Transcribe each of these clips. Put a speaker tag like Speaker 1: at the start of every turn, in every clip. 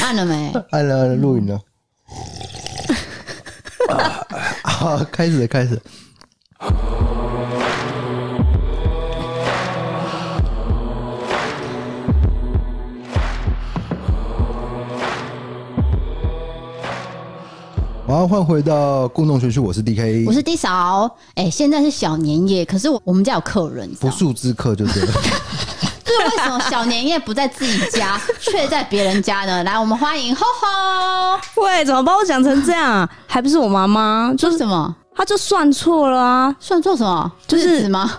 Speaker 1: 按了没？
Speaker 2: 按了按了哎录影了。啊好，开始开始。好，换回到故弄玄虚，我是 D K，
Speaker 1: 我是 D 嫂，哎、现在是小年夜，可是我我们家有客人，你知道
Speaker 2: 不
Speaker 1: 吗
Speaker 2: 速之客就 对了。
Speaker 1: 就是为什么小年夜不在自己家，却在别人家呢？来，我们欢迎吼吼，
Speaker 3: 喂，怎么把我讲成这样？啊还不是我妈妈，
Speaker 1: 说
Speaker 3: 就是
Speaker 1: 什么？
Speaker 3: 她就算错 了啊，
Speaker 1: 算做什么？
Speaker 3: 就是
Speaker 1: 日子吗？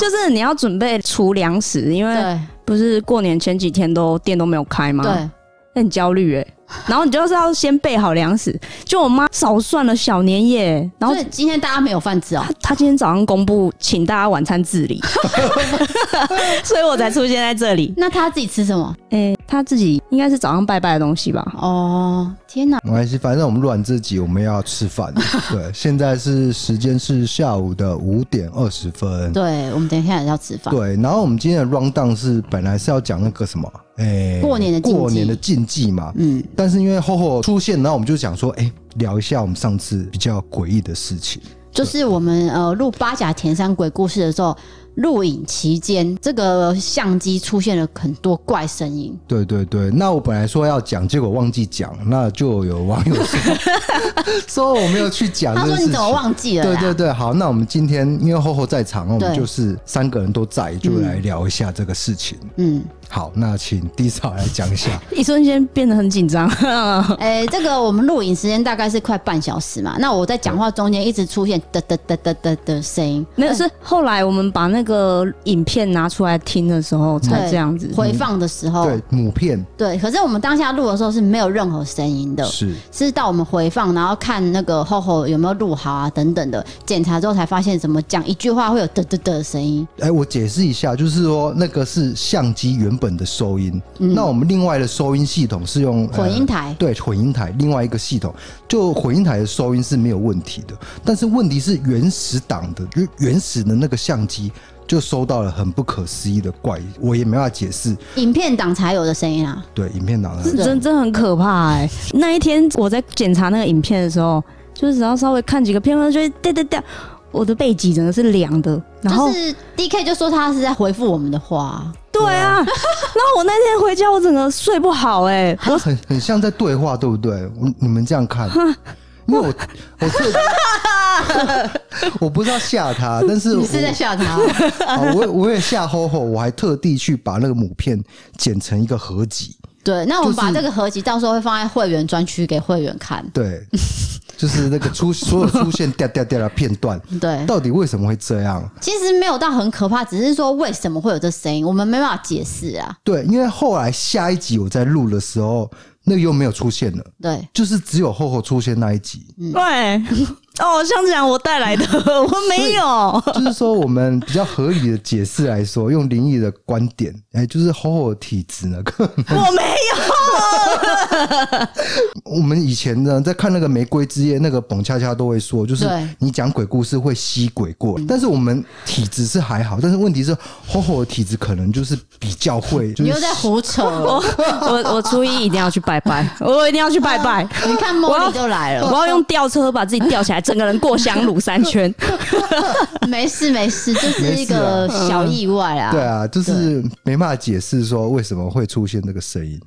Speaker 3: 就是你要准备储粮食，因为
Speaker 1: 对
Speaker 3: 不是过年前几天都店都没有开吗？，
Speaker 1: 对，
Speaker 3: 很焦虑哎、然后你就是要先备好粮食，就我妈少算了小年夜、然后
Speaker 1: 所以今天大家没有饭吃哦、
Speaker 3: 她她今天早上公布请大家晚餐自理， 所以我才出现在这里。
Speaker 1: 那他自己吃什么？
Speaker 3: 哎、她自己应该是早上拜拜的东西吧？
Speaker 1: 哦，天哪！
Speaker 2: 没关系，反正我们录完这集，我们要吃饭了。对，现在是时间是下午的五点二十分。
Speaker 1: 对，我们等一下也要吃饭。
Speaker 2: 对，然后我们今天的 round down 是本来是要讲那个什么，哎、
Speaker 1: 过年的禁忌
Speaker 2: 过年的禁忌嘛。
Speaker 1: 嗯，
Speaker 2: 但是因为厚厚出现，然后我们就想说，哎、聊一下我们上次比较诡异的事情。
Speaker 1: 就是我们呃录八甲田山鬼故事的时候，录影期间这个相机出现了很多怪声音，
Speaker 2: 对对对，那我本来说要讲，结果忘记讲，那就有网友 说说我没有去讲这
Speaker 1: 他
Speaker 2: 个
Speaker 1: 说
Speaker 2: 事
Speaker 1: 你
Speaker 2: 情。
Speaker 1: 怎么忘记了
Speaker 2: 对
Speaker 1: 啦？
Speaker 2: 对对，好，那我们今天因为厚厚在场，我们
Speaker 1: 对
Speaker 2: 就是三个人都在，就来聊一下这个事情。
Speaker 1: 嗯，
Speaker 2: 好，那请 D 嫂来讲一下。
Speaker 3: 一瞬间变得很紧张，
Speaker 1: 哎、这个我们录影时间大概是快半小时嘛，那我在讲话中间一直出现嘚嘚嘚嘚嘚的声音，
Speaker 3: 没有，是后来我们把那个影片拿出来听的时候才
Speaker 1: 对
Speaker 3: 这样子。
Speaker 1: 回放的时候，
Speaker 2: 对，母片
Speaker 1: 对，可是我们当下录的时候是没有任何声音的，
Speaker 2: 是
Speaker 1: 是到我们回放，然后看那个后后有没有录好啊等等的，检查之后才发现，怎么讲一句话会有嘚嘚嘚的声音，
Speaker 2: 哎、我解释一下，就是说那个是相机原本的收音，那我们另外的收音系统是用
Speaker 1: 嗯混音台
Speaker 2: 呃对，混音台另外一个系统，就混音台的收音是没有问题的，但是问题是原始档的，就原始的那个相机就收到了很不可思议的怪，我也没办法解释。
Speaker 1: 影片档才有的声音啊。
Speaker 2: 对，影片档的
Speaker 1: 对
Speaker 3: 真真很可怕哎、那一天我在检查那个影片的时候，就是只要稍微看几个片段，就会哒哒哒，我的背脊真的是凉的。然后、
Speaker 1: 就是 D K 就说他是在回复我们的话，
Speaker 3: 对啊， 然后我那天回家，我整个睡不好哎、
Speaker 2: 我很很像在对话，对不对？我你们这样看，因为我我特 别 我不是要吓他，但是
Speaker 1: 你
Speaker 2: 我
Speaker 1: 是在吓他？
Speaker 2: 啊，我我也吓吼吼，我还特地去把那个母片剪成一个合集，
Speaker 1: 对，那我们把
Speaker 2: 就是
Speaker 1: 这个合集到时候会放在会员专区给会员看。
Speaker 2: 对，就是那个出所有出现掉掉掉的片段，
Speaker 1: 对，
Speaker 2: 到底为什么会这样？
Speaker 1: 其实没有到很可怕，只是说为什么会有这声音，我们没办法解释啊。
Speaker 2: 对，因为后来下一集我在录的时候，那个又没有出现了，
Speaker 1: 对，
Speaker 2: 就是只有吼吼出现那一集。
Speaker 3: 嗯对， 哦，像这样我带来的， 我没有。
Speaker 2: 就是说，我们比较合理的解释来说，用灵异的观点，哎、就是吼吼的体质呢，可能
Speaker 3: 我没有，
Speaker 2: 我们以前呢，在看那个《玫瑰之夜》，那个蹦恰恰都会说，就是
Speaker 1: 对
Speaker 2: 你讲鬼故事会吸鬼过来。但是我们体质是还好，但是问题是，吼吼的体质可能就是比 较会，就
Speaker 1: 你
Speaker 2: 是
Speaker 1: 又在胡扯哦了。
Speaker 3: 我 我我初一一定要去拜拜， 我一定要去拜 拜。
Speaker 1: 你看
Speaker 3: 我
Speaker 1: 茉
Speaker 3: 要
Speaker 1: 莉就来
Speaker 3: 我
Speaker 1: 了，
Speaker 3: 要用吊车把自己吊起来，整个人过香炉三圈。
Speaker 1: 没事没事，就是
Speaker 2: 没
Speaker 1: 一
Speaker 2: 事啊
Speaker 1: 个小意外啊。
Speaker 2: 对啊，就是没办法解释说为什么会出现这个声音。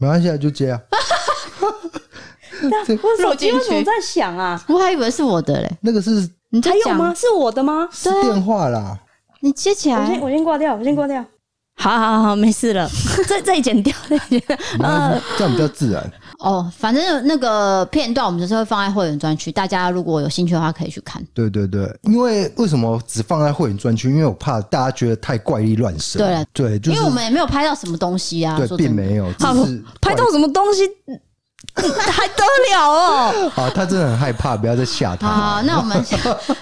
Speaker 2: 没关系，啊，就 接啊。
Speaker 3: 我手机
Speaker 1: 录进
Speaker 3: 为
Speaker 1: 去
Speaker 3: 什么在响啊？
Speaker 1: 我还以为是我的嘞，
Speaker 2: 那个是
Speaker 1: 你在
Speaker 3: 还有
Speaker 1: 讲
Speaker 3: 吗？？是我的吗？哎
Speaker 2: 是电话啦，
Speaker 1: 你接起来，
Speaker 3: 我先挂掉，我先挂掉。好好好，没事 了，再再剪掉， 再剪掉。
Speaker 1: 啊
Speaker 2: 没关
Speaker 1: 呃
Speaker 2: 系这样比较自然。
Speaker 1: 哦，反正那个片段我们就是会放在会员专区，大家如果有兴趣的话可以去看。
Speaker 2: 对对对，因为为什么只放在会员专区？因为我怕大家觉得太怪力乱神。
Speaker 1: 对啊
Speaker 2: 对，就
Speaker 1: 因
Speaker 2: 是
Speaker 1: 为我们也没有拍到什么东西啊，
Speaker 2: 对，
Speaker 1: 说
Speaker 2: 并
Speaker 1: 真的，
Speaker 2: 没有，只
Speaker 3: 好
Speaker 2: 是
Speaker 3: 拍到什么东 西？嗯还得了哦？
Speaker 2: 啊，他真的很害 怕，不要再吓他。
Speaker 1: 好，哦那我们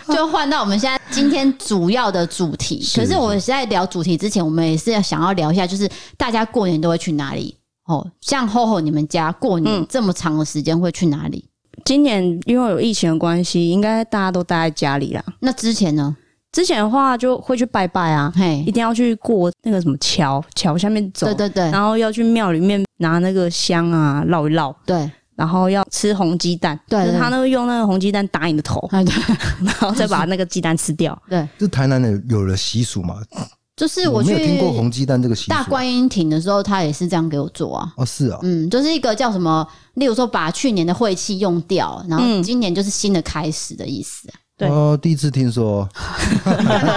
Speaker 1: 就换到我们现在今天主要的主题。
Speaker 2: 是
Speaker 1: 可是我在聊主题之前，我们也是要想要聊一下，就是大家过年都会去哪里？哦，像厚厚你们家过年
Speaker 3: 嗯
Speaker 1: 这么长的时间会去哪里？
Speaker 3: 今年因为有疫情的关系，应该大家都待在家里啦。
Speaker 1: 那之前呢？
Speaker 3: 之前的话就会去拜拜啊，
Speaker 1: 嘿
Speaker 3: 一，定要去过那个什么桥，桥下面走，
Speaker 1: 对对对
Speaker 3: 然后要去庙里面拿那个香啊绕一绕，
Speaker 1: 对，
Speaker 3: 然后要吃红鸡蛋，
Speaker 1: 对
Speaker 3: 就是
Speaker 1: 对
Speaker 3: 他那个用那个红鸡蛋打你的 头，
Speaker 1: 哎对
Speaker 3: 然后再把那个鸡蛋吃掉。
Speaker 1: 对，
Speaker 2: 这台南人有了习俗嘛？
Speaker 1: 就是
Speaker 2: 我
Speaker 1: 我
Speaker 2: 没有听
Speaker 1: 去
Speaker 2: 过红鸡蛋这个习俗。
Speaker 1: 大观音亭的时候，他也是这样给我做啊。
Speaker 2: 哦，是啊，
Speaker 1: 嗯，就是一个叫什么，例如说把去年的晦气用掉，然后
Speaker 3: 嗯
Speaker 1: 今年就是新的开始的意思。
Speaker 3: 对
Speaker 2: 哦，第一次听说。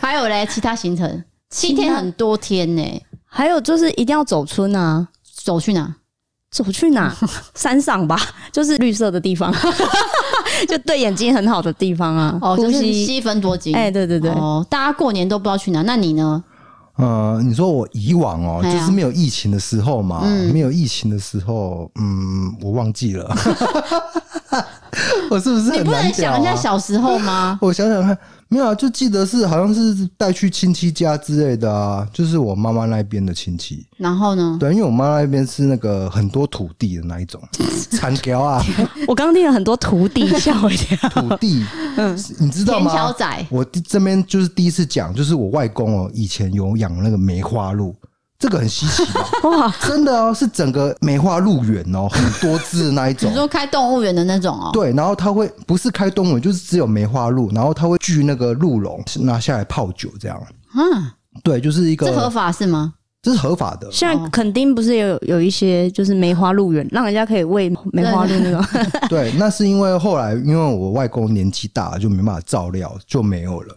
Speaker 1: 还有嘞，其他行程七天很多天呢、
Speaker 3: 还有就是一定要走村啊，
Speaker 1: 走去哪？
Speaker 3: 走去哪？ 山上吧，就是绿色的地方，就对眼睛很好的地方啊。
Speaker 1: 哦，
Speaker 3: 呼
Speaker 1: 就是
Speaker 3: 吸，
Speaker 1: 西分多金。
Speaker 3: 哎、对对对，
Speaker 1: 哦，大家过年都不知道去哪，那你呢？
Speaker 2: 呃，你说我以往哦，
Speaker 1: 哎呀
Speaker 2: 就是没有疫情的时候嘛，
Speaker 1: 嗯
Speaker 2: 没有疫情的时候，嗯，我忘记了， 我是不是
Speaker 1: 你
Speaker 2: 很
Speaker 1: 不能
Speaker 2: 难讲、啊？？
Speaker 1: 想一下小时候吗
Speaker 2: 我想想看，没有啊，就记得是好像是带去亲戚家之类的啊，就是我妈妈那边的亲戚。
Speaker 1: 然后呢？
Speaker 2: 对，因为我妈那边是那个很多土地的那 一种，产条啊，
Speaker 3: 我刚刚听了很多徒弟，吓我一
Speaker 1: 哦
Speaker 3: 跳。
Speaker 2: 土地，你知道
Speaker 1: 田小
Speaker 2: 吗？
Speaker 1: 仔，
Speaker 2: 我第这边就是第一次讲，就是我外公哦，以前有养那个梅花鹿，这个很稀奇 吧？
Speaker 3: 哇，
Speaker 2: 真的哦，是整个梅花鹿园哦，很多只的那一种
Speaker 1: 你。说开动物园的那种哦、
Speaker 2: 对，然后它会不是开动物园，就是只有梅花鹿，然后它会锯那个鹿茸，拿下来泡酒这样。
Speaker 1: 嗯，
Speaker 2: 对，就是一个
Speaker 1: 这合法是吗？
Speaker 2: 这是合法的。
Speaker 3: 现在垦丁不是也有有一些就是梅花鹿园，让人家可以喂梅花鹿那种。
Speaker 2: 对，那是因为后来因为我外公年纪大了，就没办法照料，就没有了。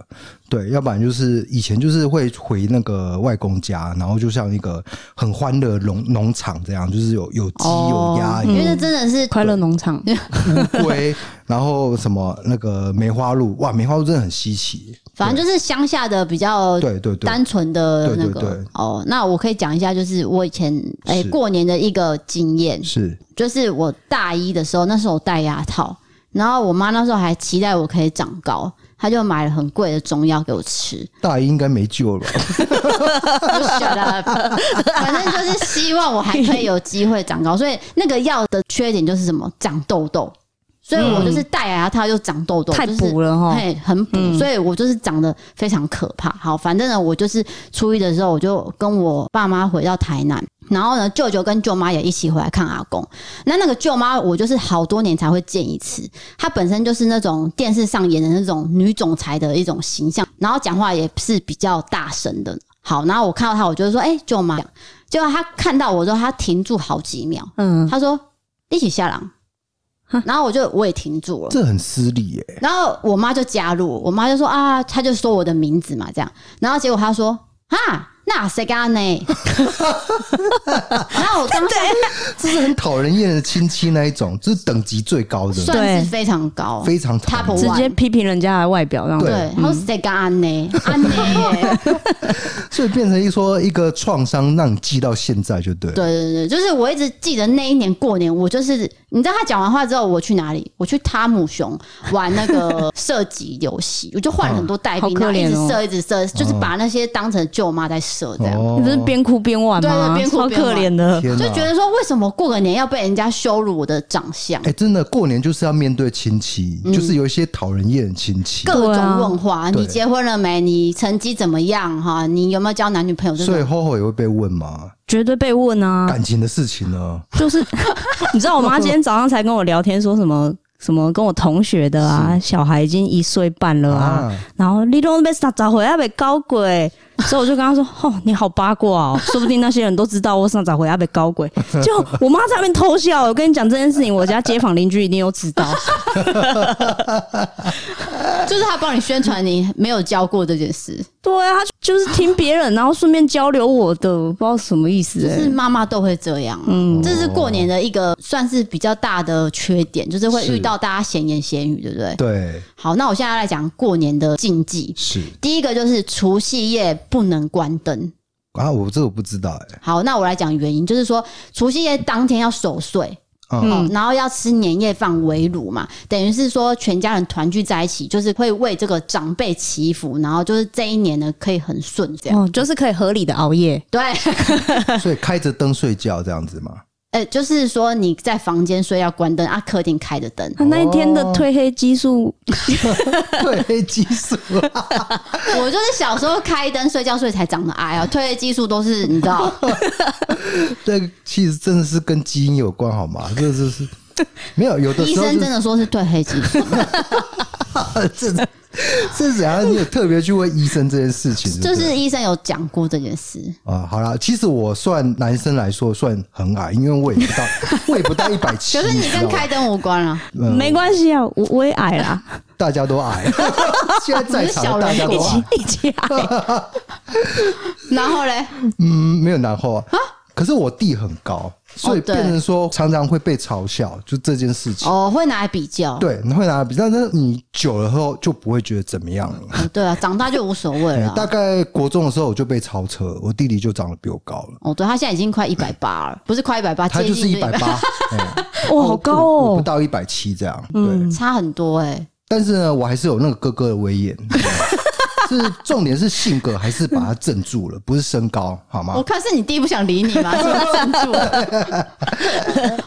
Speaker 2: 对，要不然就是以前就是会回那个外公家，然后就像一个很欢乐的农农场这样，就是有有鸡有鸭
Speaker 3: 哦
Speaker 1: 因
Speaker 2: 有
Speaker 1: 为这真的是
Speaker 3: 快乐农场，
Speaker 2: 乌龟，然后什么那个梅花鹿，哇，梅花鹿真的很稀奇。
Speaker 1: 反正就是乡下的比较
Speaker 2: 对对对，
Speaker 1: 单纯的那
Speaker 2: 对对对
Speaker 1: 个哦。那我可以讲一下，就是我以前哎、
Speaker 2: 是
Speaker 1: 过年的一个经验，
Speaker 2: 是
Speaker 1: 就是我大一的时候，那时候我戴牙套，然后我妈那时候还期待我可以长高，她就买了很贵的中药给我吃，
Speaker 2: 大一应该没救了吧？
Speaker 1: 就 shut up 反正就是希望我还可以有机会长高。所以那个药的缺点就是什么，长痘痘。所以我就是戴牙套就长痘痘，
Speaker 3: 太
Speaker 1: 就是
Speaker 3: 补了哈。
Speaker 1: 嘿，很补，
Speaker 3: 嗯
Speaker 1: 所以我就是长得非常可怕。好，反正呢，我就是初一的时候，我就跟我爸妈回到台南，然后呢，舅舅跟舅妈也一起回来看阿公。那那个舅妈，我就是好多年才会见一次，她本身就是那种电视上演的那种女总裁的一种形象，然后讲话也是比较大声的。好，然后我看到她，我就说：“哎、舅妈。”结果她看到我之后，她停住好几秒，
Speaker 3: 嗯，
Speaker 1: 她说：“一起下狼。”然后我就我也停住了，
Speaker 2: 这很失礼耶、
Speaker 1: 然后我妈就加入，我妈就说啊，她就说我的名字嘛，这样。然后结果她说啊，那谁干呢？ 然后我当时
Speaker 2: 这是很讨人厌的亲戚那一种，这是等级最高的，
Speaker 1: 算是非常高，
Speaker 2: 非常讨人
Speaker 1: Top
Speaker 2: 厌。
Speaker 3: 直
Speaker 1: one
Speaker 3: 接批评人家的外表，让
Speaker 2: 对
Speaker 1: 对。然后谁干呢？安呢？
Speaker 2: 所以变成一说一个创伤，让你记到现在就对了。
Speaker 1: 对对对，就是我一直记得那一年过年，我就是你知道他讲完话之后，我去哪里？我去汤姆熊玩那个射击游戏，我就换了很多带兵，
Speaker 3: 好可
Speaker 1: 然后一
Speaker 3: 怜哦
Speaker 1: 直射，一直射，就是把那些当成舅妈在射这样。
Speaker 3: 你不是
Speaker 2: 哦，
Speaker 3: 边哭边玩吗？
Speaker 1: 对对边哭
Speaker 3: 超
Speaker 1: 边
Speaker 3: 可
Speaker 1: 玩
Speaker 3: 怜的。
Speaker 2: 天
Speaker 1: 就
Speaker 2: 哪！
Speaker 1: 觉得说，为什么过个年要被人家羞辱我的长相
Speaker 2: 哎、？真的过年就是要面对亲戚，
Speaker 1: 嗯
Speaker 2: 就是有一些讨人厌的亲戚。
Speaker 1: 各种问话，
Speaker 2: 对
Speaker 1: 你结婚了没？你成绩怎么样？哈，你有没有交男女朋友？这
Speaker 2: 所以
Speaker 1: 种
Speaker 2: HoHo 也会被问嘛，
Speaker 3: 绝对被问啊，
Speaker 2: 感情的事情呢？
Speaker 3: 就是 你知道，我妈今天早上才跟我聊天，说什么什么跟我同学的啊，小孩已经一岁半了啊，
Speaker 2: 啊，
Speaker 3: 然后你都被咋咋回来被高鬼，所以我就跟她说，哦，你好八卦哦，说不定那些人都知道我上咋回来被高鬼，就我妈在那边偷笑。我跟你讲这件事情，我家街坊邻居一定 都知道，
Speaker 1: 就是他帮你宣传你没有交过这件 事，
Speaker 3: 对啊，她就是听别人，然后顺便交流我的，我不知道什么意思、
Speaker 1: 就
Speaker 3: 欸，
Speaker 1: 是妈妈都会这样。啊
Speaker 3: 嗯，
Speaker 1: 这是过年的一个算是比较大的缺点，就是会遇到大家闲言闲语，对不对？
Speaker 2: 对，
Speaker 1: 好，那我现在来讲过年的禁忌。
Speaker 2: 是
Speaker 1: 第一个就是除夕夜不能关灯。
Speaker 2: 啊，我这个不知道哎、
Speaker 1: 好，那我来讲原因，就是说除夕夜当天要守岁，
Speaker 2: 嗯，
Speaker 1: 哦，然后要吃年夜饭围炉嘛，等于是说全家人团聚在一起，就是会为这个长辈祈福，然后就是这一年呢可以很
Speaker 2: 哦
Speaker 1: 顺这样。
Speaker 3: 哦，就是可以合理的熬夜。
Speaker 2: 哎
Speaker 1: 对，
Speaker 2: 所以开着灯睡觉这样子嘛。
Speaker 1: 呃，就是说你在房间睡要关灯啊，客厅开着 灯。
Speaker 3: 他那一天
Speaker 1: 哦
Speaker 3: 的褪黑激素，
Speaker 2: 褪黑激素，
Speaker 1: 我就是小时候开灯睡觉，所以才长得矮啊。褪黑激素都是你知 道，
Speaker 2: 这个其实真的是跟基因有关，好吗？这就是 没有有的
Speaker 1: 医
Speaker 2: 时候
Speaker 1: 生
Speaker 2: 是
Speaker 1: 真的说是褪黑激素，
Speaker 2: 这这怎样？你有特别去问医生这件事情是不，
Speaker 1: 就是是医生有讲过这件事。
Speaker 2: 啊、好啦，其实我算男生来说算很矮，因为我也 不到，我也不到一百七。
Speaker 1: 可是你
Speaker 2: 知
Speaker 1: 跟
Speaker 2: 道吗
Speaker 1: 开灯无关啊，
Speaker 2: 嗯
Speaker 3: 没关系啊，我我也矮啦，
Speaker 2: 大家都 矮，现在在场的大家
Speaker 1: 你
Speaker 2: 都
Speaker 1: 是小
Speaker 2: 矮
Speaker 1: 人，
Speaker 3: 一起矮。
Speaker 1: 然后嘞，
Speaker 2: 嗯，没有然后啊。可是我弟很高，所以
Speaker 1: 哦对
Speaker 2: 变成说常常会被嘲笑，就这件事情。
Speaker 1: 哦，会拿来比较。
Speaker 2: 对，你会拿来比，但是你久了后就不会觉得怎么样了。
Speaker 1: 哦对啊，长大就无所谓
Speaker 2: 哎
Speaker 1: 了
Speaker 2: 大
Speaker 1: 啊。
Speaker 2: 概国中的时候我就被超车，我弟弟就长得比我高了，
Speaker 1: 哦，对，他现在已经快一百八了，不是快一百八，
Speaker 2: 嗯他
Speaker 1: 接
Speaker 2: 就是
Speaker 1: 近
Speaker 2: 一百
Speaker 1: 180，
Speaker 2: 八，哎
Speaker 3: 哇，好高
Speaker 2: 我不
Speaker 3: 哦！
Speaker 2: 到一百七这样。对，
Speaker 1: 差很多哎。
Speaker 2: 但是呢，我还是有那个哥哥的威严。 是重点是性格还是把他镇住了，不是身高，好吗
Speaker 1: 我？看是你弟不想理你 嘛，是不是镇住了？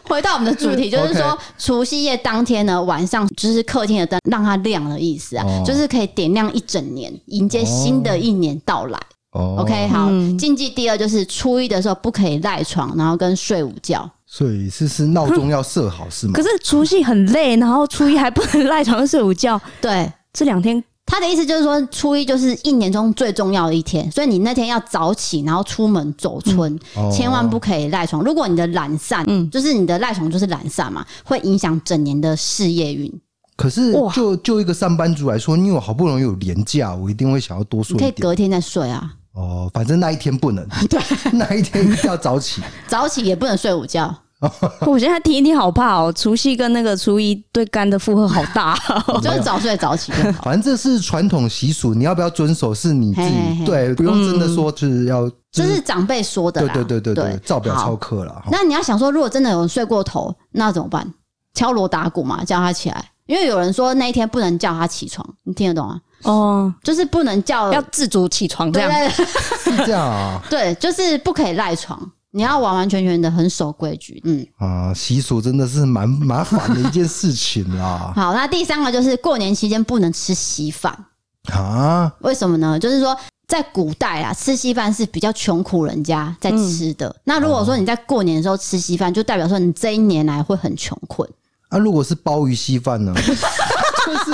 Speaker 1: 回到我们的主题，就是说
Speaker 2: OK
Speaker 1: 除夕夜当天呢，晚上就是客厅的灯让它亮的意思啊，
Speaker 2: 哦
Speaker 1: 就是可以点亮一整年，迎接新的一年到来。
Speaker 2: 哦
Speaker 1: OK，好，
Speaker 3: 嗯
Speaker 1: 禁忌第二就是初一的时候不可以赖床，然后跟睡午觉。
Speaker 2: 所以是是闹钟要设好是吗
Speaker 3: 可？是除夕很累，然后初一还不能赖床上睡午觉，
Speaker 1: 对，
Speaker 3: 这两天
Speaker 1: 他的意思就是说，初一就是一年中最重要的一天，所以你那天要早起，然后出门走村，
Speaker 2: 嗯哦
Speaker 1: 千万不可以赖床。如果你的懒散，
Speaker 3: 嗯
Speaker 1: 就是你的赖床就是懒散嘛，会影响整年的事业运。
Speaker 2: 可是
Speaker 3: 哇
Speaker 2: 就就一个上班族来说，因为我好不容易有年假，我一定会想要多睡
Speaker 1: 你可以
Speaker 2: 一点。
Speaker 1: 隔天再睡啊，
Speaker 2: 哦，反正那一天不 能，对， 那一天一定要早起。
Speaker 1: 早起也不能睡午 觉。
Speaker 3: 我现在听一听好怕哦，除夕跟那个初一对肝的负荷好大、
Speaker 1: 就是早睡早起就好。
Speaker 2: 反正这是传统习俗，你要不要遵守是你自己
Speaker 1: 嘿嘿嘿
Speaker 2: 对，不用真的说就是要，
Speaker 1: 这
Speaker 2: 就是
Speaker 1: 长辈说的
Speaker 2: 对
Speaker 1: 啦，
Speaker 2: 对对对对，照表
Speaker 1: 好
Speaker 2: 操课了。哈
Speaker 1: 那你要想说，如果真的有人睡过头，那怎么办？敲锣打鼓嘛，叫他起来。因为有人说那一天不能叫他起床，你听得懂吗？
Speaker 3: 哦，
Speaker 1: 就是不能叫，
Speaker 3: 要自主起床这
Speaker 1: 对
Speaker 3: 样。
Speaker 1: 对
Speaker 2: 是这样啊
Speaker 1: 对，就是不可以赖床，你要完完全全的很守规矩。嗯，
Speaker 2: 啊，习俗真的是蛮麻烦的一件事情啦
Speaker 1: 好。那第三个就是过年期间不能吃稀饭，
Speaker 2: 啊。
Speaker 1: 为什么呢？就是说。在古代啊，吃稀饭是比较穷苦人家在吃的。
Speaker 2: 嗯
Speaker 1: 那如果说你在过年的时候吃稀饭，就代表说你这一年来会很穷困。
Speaker 2: 啊，如果是鲍鱼稀饭呢？就是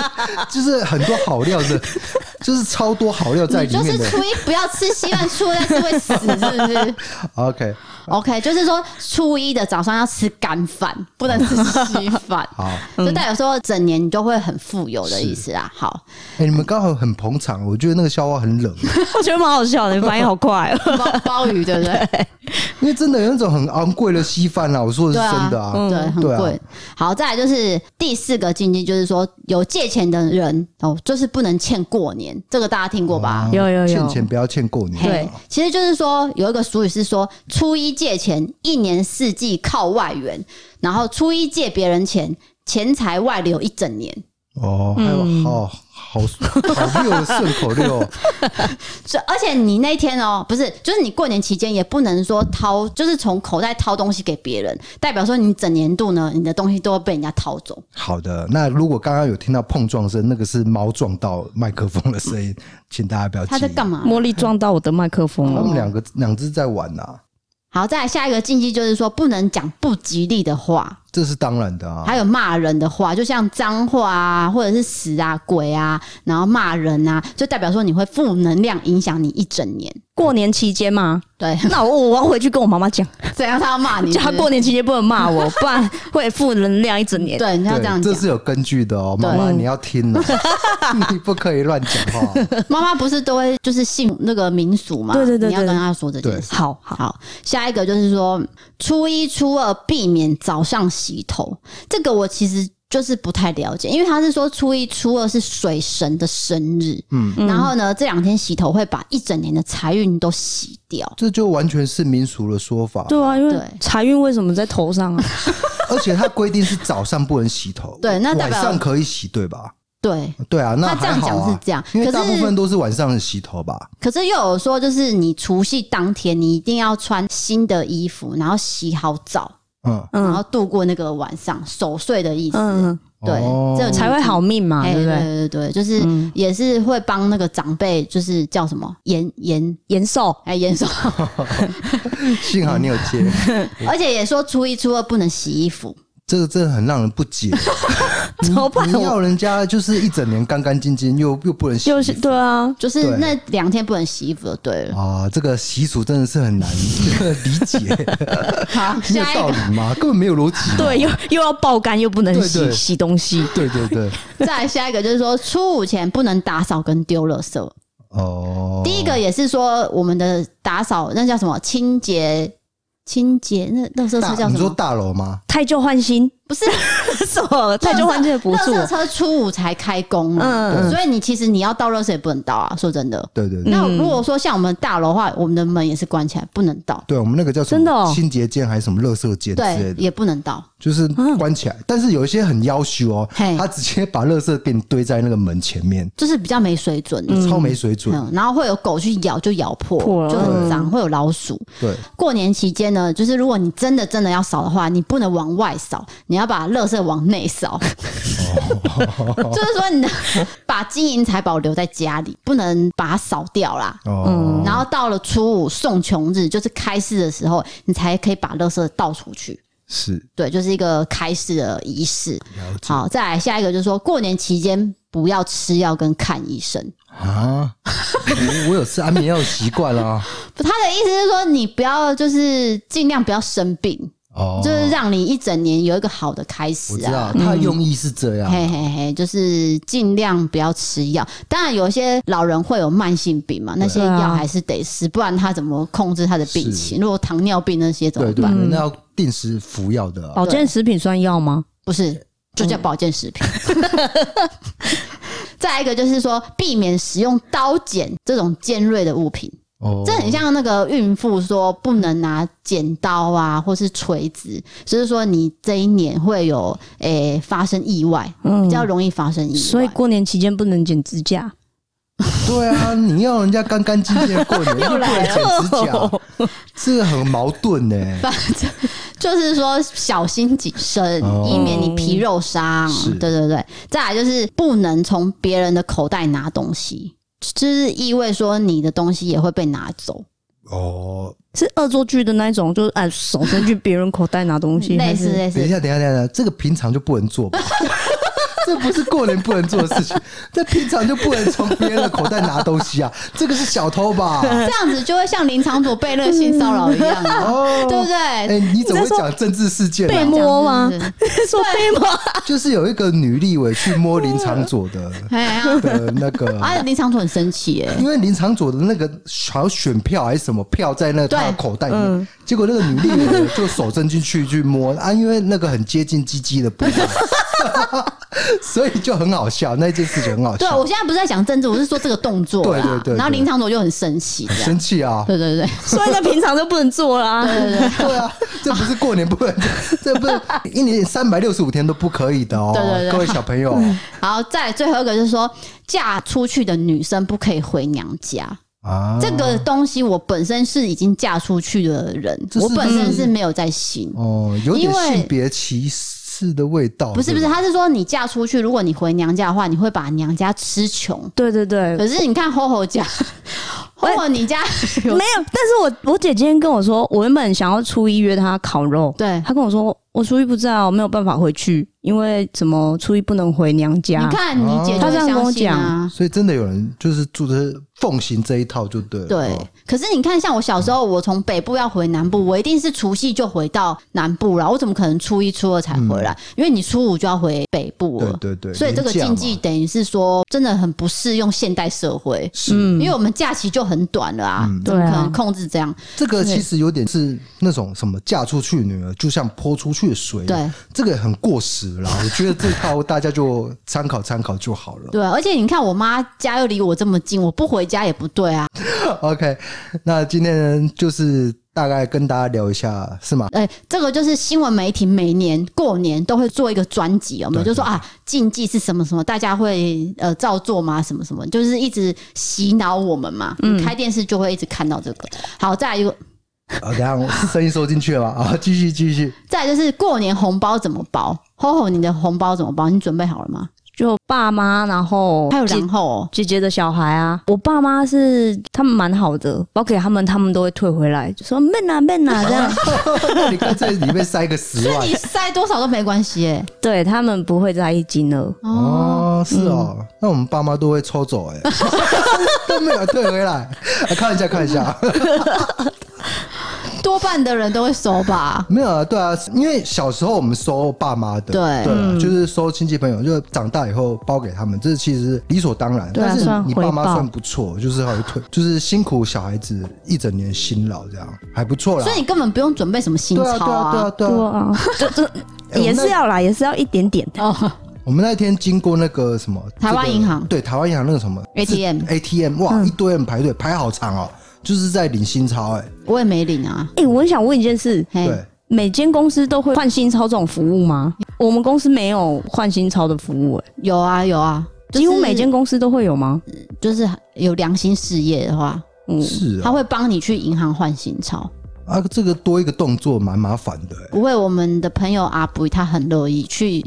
Speaker 2: 就是很多好料的，就是超多好料在
Speaker 1: 你
Speaker 2: 里
Speaker 1: 就是
Speaker 2: 面的。
Speaker 1: 初一不要吃稀饭，初二是会死，是不 是
Speaker 2: OK，
Speaker 1: ？OK，就是说初一的早上要吃干饭，不能吃稀饭，
Speaker 2: 好，哎、
Speaker 1: 就代表说整年你就会很富有的意思啦。好，
Speaker 2: 你们刚好很捧场，我觉得那个笑话很冷，
Speaker 3: 我觉得蛮好笑的，你反应好快哦。
Speaker 1: 鲍鲍鱼对不对？
Speaker 2: 因为真的有那种很昂贵的稀饭啦，我说的是真的啊。
Speaker 1: 对，很
Speaker 2: 对啊
Speaker 1: 贵。好，再来就是第四个禁忌，就是说有借钱的人哦，就是不能欠过年，这个大家听过
Speaker 2: 哦
Speaker 1: 吧？
Speaker 3: 有有有
Speaker 2: 欠钱不要欠过年。
Speaker 1: 嘿，其实就是说有一个俗语是说，初一借钱，一年四季靠外援，然后初一借别人钱，钱财外流一整年。
Speaker 2: 哦，还有好好好溜的顺口溜哦，
Speaker 1: 这而且你那天哦，不是，就是你过年期间也不能说掏，就是从口袋掏东西给别人，代表说你整年度呢，你的东西都会被人家掏走。
Speaker 2: 好的，那如果刚刚有听到碰撞声，那个是猫撞到麦克风的声音，请大家不要介
Speaker 1: 他
Speaker 2: 意。
Speaker 1: 在干嘛？
Speaker 3: 茉莉撞到我的麦克风
Speaker 2: 他
Speaker 3: 了，
Speaker 2: 们两个两只在玩啊呐、
Speaker 1: 好，再来下一个禁忌就是说不能讲不吉利的话，
Speaker 2: 这是当然的啊。
Speaker 1: 还有骂人的话，就像脏话啊，或者是死啊、鬼啊，然后骂人啊，就代表说你会负能量影响你一整年。
Speaker 3: 过年期间嘛，
Speaker 1: 对，
Speaker 3: 那我我要回去跟我妈妈 讲，
Speaker 1: 怎样他要骂你？
Speaker 3: 叫
Speaker 1: 是
Speaker 3: 她
Speaker 1: 不是
Speaker 3: 过年期间不能骂我，不然会负能量一整年。
Speaker 1: 对，你要这样
Speaker 2: 对，
Speaker 1: 讲
Speaker 2: 这。是有根据的哦，
Speaker 1: 对
Speaker 2: 妈妈你要 听哦，你不可以乱讲话。
Speaker 1: 妈妈不是都会就是信那个民俗嘛？
Speaker 3: 对对对
Speaker 1: 你要
Speaker 3: 对
Speaker 1: 跟她说这件事。
Speaker 3: 好好，
Speaker 1: 好，下一个就是说初一、初二避免早上洗头，这个我其实就是不太了解，因为他是说初一、初二是水神的生日，嗯，然后呢这两天洗头会把一整年的财运都洗掉。
Speaker 2: 这就完全是民俗的说法，
Speaker 3: 对啊，因为
Speaker 1: 对
Speaker 3: 财运为什么在头上啊？
Speaker 2: 而且它规定是早上不能洗头，
Speaker 1: 对那代
Speaker 2: 晚
Speaker 1: 表
Speaker 2: 上可以洗，对吧？
Speaker 1: 对，
Speaker 2: 对啊，
Speaker 1: 他
Speaker 2: 那
Speaker 1: 这样
Speaker 2: 还好啊
Speaker 1: 讲是这样
Speaker 2: 因为
Speaker 1: 可是
Speaker 2: 大部分都是晚上洗头吧。
Speaker 1: 可是又有说就是你除夕当天你一定要穿新的衣服，然后洗好澡。
Speaker 2: 嗯，
Speaker 1: 然后
Speaker 3: 嗯
Speaker 1: 度过那个晚上，守岁的意思。
Speaker 3: 嗯，
Speaker 1: 对，
Speaker 2: 哦
Speaker 1: 这
Speaker 3: 才会好命嘛，
Speaker 1: 哎，
Speaker 3: 啊
Speaker 1: 对
Speaker 3: 对不对？
Speaker 1: 对对对，就是
Speaker 3: 嗯
Speaker 1: 也是会帮那个长辈，就是叫什么延延
Speaker 3: 延寿，
Speaker 1: 哎延 寿，
Speaker 2: 幸好你有 接，
Speaker 1: 而且也说初一初二不能洗衣服。
Speaker 2: 这个真的很让人不解。
Speaker 3: 怎么办？
Speaker 2: 你要人家就是一整年干干净净，又又不能洗衣
Speaker 3: 就
Speaker 2: 服
Speaker 3: 是对啊，
Speaker 1: 就是
Speaker 2: 对
Speaker 1: 那两天不能洗衣服就对 了。
Speaker 2: 啊，这个习俗真的是很难 理 解，
Speaker 1: 好，
Speaker 2: 没有
Speaker 1: 下一
Speaker 2: 道
Speaker 1: 个，
Speaker 2: 理吗？根本没有逻辑。
Speaker 3: 对，又又要爆肝，又不能
Speaker 2: 对
Speaker 3: 洗
Speaker 2: 对
Speaker 3: 洗东西，
Speaker 2: 对对对，
Speaker 1: 再来下一个就是说，初五前不能打扫跟丢垃圾。
Speaker 2: 哦，
Speaker 1: 第一个也是说，我们的打扫那叫什么清洁清洁，那垃圾车
Speaker 2: 大
Speaker 1: 叫
Speaker 2: 你
Speaker 1: 什
Speaker 2: 说
Speaker 1: 么？
Speaker 2: 大楼吗？
Speaker 3: 太旧换 新，
Speaker 1: 不是，
Speaker 3: 什么太旧换新的补
Speaker 1: 垃
Speaker 3: 助，
Speaker 1: 圾车初五才开工嘛，
Speaker 3: 嗯嗯
Speaker 1: 所以你其实你要倒垃圾也不能倒啊。说真的，
Speaker 2: 对对对，
Speaker 1: 那如果说像我们大楼的话，我们的门也是关起来，不能倒，
Speaker 2: 对我们那个叫什么
Speaker 3: 真的哦
Speaker 2: 清洁间还是什么垃圾间之类
Speaker 1: 对，
Speaker 2: 的，
Speaker 1: 也不能倒。
Speaker 2: 就是关起来。但是有一些很要求哦，
Speaker 1: 嘿
Speaker 2: 他直接把垃圾给你堆在那个门前面，
Speaker 1: 就是比较没水准的，
Speaker 2: 超没水准。
Speaker 1: 嗯，然后会有狗去咬，就咬破，
Speaker 3: 破了
Speaker 1: 就很脏，会有老鼠。
Speaker 2: 对，
Speaker 1: 过年期间呢，就是如果你真的真的要扫的话，你不能往外扫，你要把垃圾往内扫。
Speaker 2: 哦
Speaker 1: 就是说，你的把金银财宝留在家里，不能把它扫掉啦。嗯
Speaker 2: 哦，
Speaker 1: 然后到了初五送穷日，就是开市的时候，你才可以把垃圾倒出去。
Speaker 2: 是
Speaker 1: 对，就是一个开市的仪式。
Speaker 2: 了解
Speaker 1: 好，再来下一个就是说，过年期间不要吃药跟看医生。
Speaker 2: 啊， 我我有吃安眠药的习惯啊啦。
Speaker 1: 不他的意思是说，你不要就是尽量不要生病，
Speaker 2: 哦，
Speaker 1: 就是让你一整年有一个好的开
Speaker 2: 我
Speaker 1: 始
Speaker 2: 知
Speaker 1: 啊。嗯
Speaker 2: 道，他的用意是这样。
Speaker 1: 嘿嘿嘿，就是尽量不要吃药。当然，有些老人会有慢性病嘛，那些
Speaker 3: 对啊
Speaker 1: 药还是得吃，不然他怎么控制他的病情？如果糖尿病那些怎么
Speaker 2: 对对，
Speaker 1: 办？
Speaker 2: 那要定时服药的啊。
Speaker 3: 保健食品算药吗？
Speaker 1: 不是，就叫保健食品。 再来一个就是说，避免使用刀剪这种尖锐的物品。
Speaker 2: 哦，
Speaker 1: 这很像那个孕妇说不能拿剪刀啊，或是锤子，就是说你这一年会有诶、发生意外，比较容易发生意外。
Speaker 3: 所以过年期间不能剪指甲，
Speaker 2: 对啊，你要人家干干净净地过年，又不能剪指甲，这个很矛盾呢。
Speaker 1: 就是说小心谨慎，
Speaker 2: 哦
Speaker 1: 以免你皮肉伤
Speaker 2: 是。
Speaker 1: 对对对，再来就是不能从别人的口袋拿东西，就是意味说你的东西也会被拿走，
Speaker 2: 哦，
Speaker 3: 是恶作剧的那一种，就是哎手伸去别人口袋拿 东西，
Speaker 1: 类似
Speaker 3: 还是
Speaker 1: 类
Speaker 2: 等一
Speaker 1: 似。
Speaker 2: 下，等一下，等一下，这个平常就不能做吧？这不是过年不能做的事情，这平常就不能从别人的口袋拿东西啊！这个是小偷吧？
Speaker 1: 这样子就会像林长佐被那个性骚扰一样啊，
Speaker 2: 哦，
Speaker 1: 对不对？
Speaker 2: 哎，你怎么会讲政治事件
Speaker 3: 被
Speaker 2: 啊？
Speaker 3: 摸吗
Speaker 1: 这样子？
Speaker 3: 说被摸，
Speaker 2: 就是有一个女立委去摸林长佐的
Speaker 1: 哎呀，
Speaker 2: 的那个
Speaker 1: 而且林长佐很生气耶，
Speaker 2: 因为林长佐的那个好像选票还是什么票在那个他的
Speaker 1: 对嗯
Speaker 2: 口袋里面，结果那个女力委就手伸进去去摸啊，因为那个很接近鸡鸡的 部分，所以就很好笑，那件事情很好
Speaker 1: 对，啊
Speaker 2: 笑
Speaker 1: 我，现在不是在讲政治，我是说这个动作啦。
Speaker 2: 对对对对
Speaker 1: 然后林长佐就很生气，这
Speaker 2: 很
Speaker 1: 样。
Speaker 2: 生气啊。
Speaker 1: 对对对，
Speaker 3: 所以那平常就不能做啦。
Speaker 2: 对啊，这不是过年 不能，这不是一年三百六十五天都不可以的哦，
Speaker 1: 对对对嗯
Speaker 2: 各位小朋友，
Speaker 1: 好，再来最后一个就是说，嫁出去的女生不可以回娘家。
Speaker 2: 啊，
Speaker 1: 这个东西我本身是已经嫁出去的人，
Speaker 2: 这是
Speaker 1: 我本身是没有在信。
Speaker 2: 哦，有点
Speaker 1: 因为
Speaker 2: 性别歧视的味道，
Speaker 1: 不是不是，
Speaker 2: 对吧
Speaker 1: 他是说你嫁出去，如果你回娘家的话，你会把娘家吃穷。
Speaker 3: 对对对，
Speaker 1: 可是你看 HoHo 家，HoHo
Speaker 2: 哎
Speaker 1: 你家
Speaker 3: 没有。但是我我姐今天跟我说，我原本想要初一约她烤肉，
Speaker 2: 啊
Speaker 1: 对
Speaker 3: 她跟我说我初一不在哦，没有办法回去，因为怎么初一不能回娘
Speaker 1: 你
Speaker 3: 家。
Speaker 1: 看你
Speaker 2: 哦
Speaker 1: 姐就
Speaker 3: 他
Speaker 1: 会
Speaker 3: 这样跟
Speaker 1: 相
Speaker 3: 我
Speaker 1: 信啊。
Speaker 2: 所以真的有人就是住着奉行这一套就对了，
Speaker 1: 对
Speaker 2: 哦，
Speaker 1: 可是你看，像我小时候，我从北部要回南部，我一定是除夕就回到南部了，我怎么可能初一、初二才回来？因为你初五就要回北部了。
Speaker 2: 嗯对对对，
Speaker 1: 所以这个
Speaker 2: 廉价
Speaker 1: 禁忌
Speaker 2: 嘛
Speaker 1: 等于是说，真的很不适用现代社会，嗯
Speaker 2: 是
Speaker 1: 因为我们假期就很短了啊，
Speaker 2: 嗯
Speaker 1: 怎么可能
Speaker 3: 对啊
Speaker 1: 控制这样？
Speaker 2: 这个其实有点是那种什么嫁出去女儿就像泼出去的水，
Speaker 1: 对，
Speaker 2: 这个很过时了啦。我觉得这套大家就参考参考就好了。
Speaker 1: 对啊，而且你看我妈家又离我这么近，我不回家也不对啊。
Speaker 2: OK，那今天就是大概跟大家聊一下，是吗？
Speaker 1: 哎、这个就是新闻媒体每年过年都会做一个专辑，有没有？
Speaker 2: 对
Speaker 1: 就说啊，禁忌是什么什么，大家会呃照做吗？什么什么，
Speaker 2: 嗯
Speaker 1: 就是一直洗脑我们嘛。你开电视就会一直看到这个。好，再来一个，
Speaker 2: 啊，等一下我声音收进去了吧？啊，继续继续。
Speaker 1: 再来就是过年红包怎么包？HoHo，你的红包怎么包？你准备好了吗？
Speaker 3: 就爸妈，然后
Speaker 1: 还有
Speaker 3: 姐
Speaker 1: 然后哦，
Speaker 3: 姐姐的小孩啊，我爸妈是他们蛮好的，包给他们，他们都会退回来，就说闷啊闷 啊这样。
Speaker 2: 那你干脆里面塞个十
Speaker 1: 所
Speaker 2: 万
Speaker 1: 以你塞多少都没关系 耶。
Speaker 3: 对他们不会在意金额，
Speaker 2: 哦，是哦，
Speaker 1: 嗯
Speaker 2: 那我们爸妈都会抽走哎， 都没有退回来。啊看一下看一下，
Speaker 1: 多半的人都会收吧。
Speaker 2: 没有啊，对啊，因为小时候我们收爸妈的，
Speaker 1: 对
Speaker 3: 嗯
Speaker 2: 对，啊就是收亲戚朋友，就长大以后包给他们，这其实理所当然。
Speaker 3: 对啊
Speaker 2: 但是
Speaker 3: 算
Speaker 2: 你
Speaker 3: 回
Speaker 2: 爸妈
Speaker 3: 报
Speaker 2: 算不错，就是还会退，就是辛苦小孩子一整年辛劳这样，还不错啦
Speaker 1: 所。以你根本不用准备什么新
Speaker 2: 对
Speaker 1: 钞
Speaker 2: 啊，对啊，对啊，对啊
Speaker 3: 对。啊，就就
Speaker 2: 哎
Speaker 3: 也
Speaker 2: 我
Speaker 3: 是
Speaker 2: 们那
Speaker 3: 要啦，也是要一点点。
Speaker 1: 哦，
Speaker 2: 我们那天经过那个什么
Speaker 1: 台湾
Speaker 2: 这个
Speaker 1: 银行
Speaker 2: 对台湾银行那个什么
Speaker 1: ATM
Speaker 2: 是 ATM，哇，
Speaker 3: 嗯
Speaker 2: 一堆人排队排好长哦，就是在领新钞哎，
Speaker 1: 我也没领啊。
Speaker 3: 哎、我想问一件事，
Speaker 1: 嘿
Speaker 2: 对，，
Speaker 3: 每间公司都会换新钞这种服务吗？我们公司没有换新钞的服务、欸，
Speaker 1: 有啊有啊，就是
Speaker 3: 几乎每间公司都会有吗？
Speaker 1: 就是有良心事业的话，
Speaker 3: 嗯，
Speaker 2: 是
Speaker 1: 他
Speaker 2: 啊，
Speaker 1: 会帮你去银行换新钞。
Speaker 2: 啊，这个多一个动作蛮麻烦的哎，
Speaker 1: 不会，我们的朋友阿布他很乐意去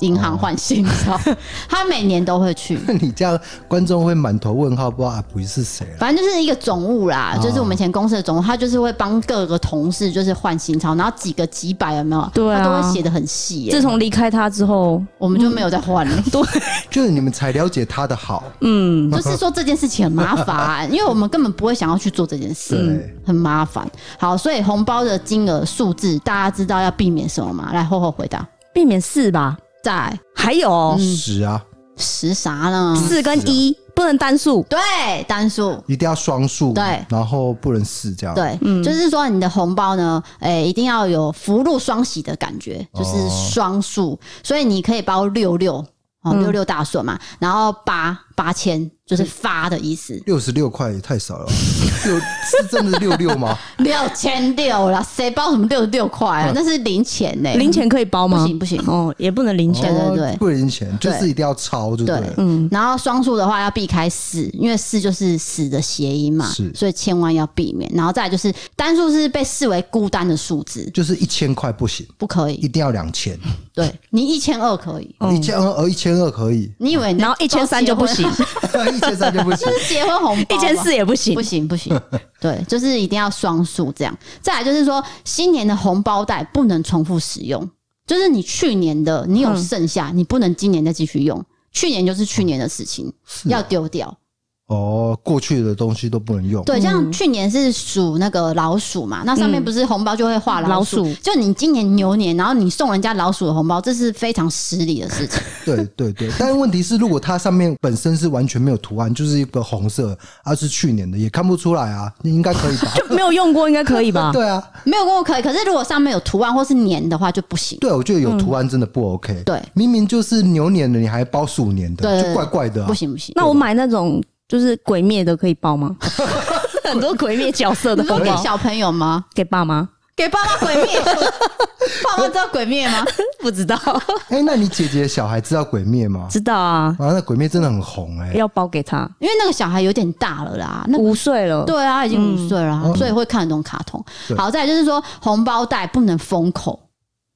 Speaker 1: 银行换新钞，
Speaker 2: 哦
Speaker 1: 他每年都会去。
Speaker 2: 你这样观众会满头问号，不知道阿啊不是谁了。
Speaker 1: 反正就是一个总务啦，
Speaker 2: 哦
Speaker 1: 就是我们以前公司的总务，他就是会帮各个同事就是换新钞，然后几个几百有没有？
Speaker 3: 对啊
Speaker 1: 他都会写的很细耶、
Speaker 3: 自从离开他之后，
Speaker 1: 我们就没有再换 了。
Speaker 2: 就是你们才了解他的好，
Speaker 3: 嗯，
Speaker 1: 就是说这件事情很麻 烦，因为我们根本不会想要去做这件事，
Speaker 2: 对
Speaker 1: 很麻烦。好，所以红包的金额数字，大家知道要避免什么吗？来，厚厚回答。
Speaker 3: 避免四吧，
Speaker 1: 在
Speaker 3: 还有哦
Speaker 2: 十啊，
Speaker 1: 十啥呢？
Speaker 3: 四、跟一
Speaker 1: 哦
Speaker 3: 不能单数，
Speaker 1: 对，单数。
Speaker 2: 一定要双数，
Speaker 1: 对
Speaker 2: 然后不能四这样，，
Speaker 1: 对，就是说你的红包呢，诶、一定要有福禄双喜的感觉，就是双数，所以你可以包六六哦，六六大顺嘛，然后八八千就是发的意思，
Speaker 2: 六十六块也 太少了吧，六是真的六六吗？
Speaker 1: 六千六啦，谁包什么六十六块啊？那是零钱呢、
Speaker 3: 零钱可以包吗？
Speaker 1: 不行不行
Speaker 3: 哦，也不能零钱。
Speaker 1: 对对对
Speaker 2: 哦不能钱，就是一定要超，就对
Speaker 1: 对
Speaker 2: 了。
Speaker 1: 嗯，然后双数的话要避开死，因为四就是死的谐音嘛，
Speaker 2: 是
Speaker 1: 所以千万要避免。然后再来就是单数是被视为孤单的数字，
Speaker 2: 就是一千块不行，
Speaker 1: 不可
Speaker 2: 一
Speaker 1: 以。
Speaker 2: 定要两千，
Speaker 1: 对你一千二可以，，
Speaker 2: 一千二呃一千二可以
Speaker 1: 你以为你
Speaker 3: 然后一千三就 不行，
Speaker 2: 一千三就不行。
Speaker 1: 是结婚红包
Speaker 3: 一
Speaker 1: 吧，
Speaker 3: 千四也不行
Speaker 1: 不。行不行， 对，就是一定要双数这样。再来就是说，新年的红包袋不能重复使用，就是你去年的你
Speaker 3: 嗯
Speaker 1: 有剩下，你不能今年再继续用。去年就是去年的事情，
Speaker 2: 啊
Speaker 1: 要丢掉。
Speaker 2: 哦，过去的东西都不能用，
Speaker 1: 对，
Speaker 3: 嗯
Speaker 1: 像去年是属那个老鼠嘛，那上面不是红包就会画老鼠？
Speaker 3: 老鼠
Speaker 1: 就你今年牛年，然后你送人家老鼠的红包，这是非常失礼的事情。
Speaker 2: 对对对。但是问题是，如果它上面本身是完全没有图案，就是一个红色，而、是去年的，也看不出来啊，你应该可以吧？
Speaker 3: 没有用过应该可以吧？
Speaker 2: 对啊，
Speaker 1: 没有跟我可以，可是如果上面有图案或是年的话就不行。
Speaker 2: 对，我觉得有图案真的不 OK、
Speaker 1: 嗯对，
Speaker 2: 明明就是牛年的，你还包鼠年
Speaker 1: 对
Speaker 2: 的，就怪怪的、啊
Speaker 1: 不。行不行。
Speaker 3: 那我买那种就是鬼灭的可以包 吗？很多鬼灭角色的
Speaker 1: 你说
Speaker 3: 红
Speaker 1: 给
Speaker 3: 包
Speaker 1: 小朋友吗？
Speaker 3: 给爸妈？
Speaker 1: 给爸妈鬼 灭，爸妈知道鬼灭吗？
Speaker 3: 不知道，
Speaker 2: 哎、那你姐姐的小孩知道鬼灭吗？
Speaker 3: 知道啊，
Speaker 2: 啊，那鬼灭真的很红哎、
Speaker 3: 要包给他。
Speaker 1: 因为那个小孩有点大了啦，那
Speaker 3: 五岁了，
Speaker 1: 对啊，已经
Speaker 3: 嗯
Speaker 1: 五岁了啊、所以会看得懂卡通。
Speaker 2: 嗯对
Speaker 1: 好，再来就是说红包袋不能封口，